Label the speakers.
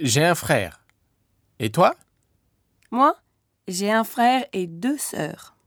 Speaker 1: J'ai un frère. Et toi
Speaker 2: Moi, j'ai un frère et deux sœurs.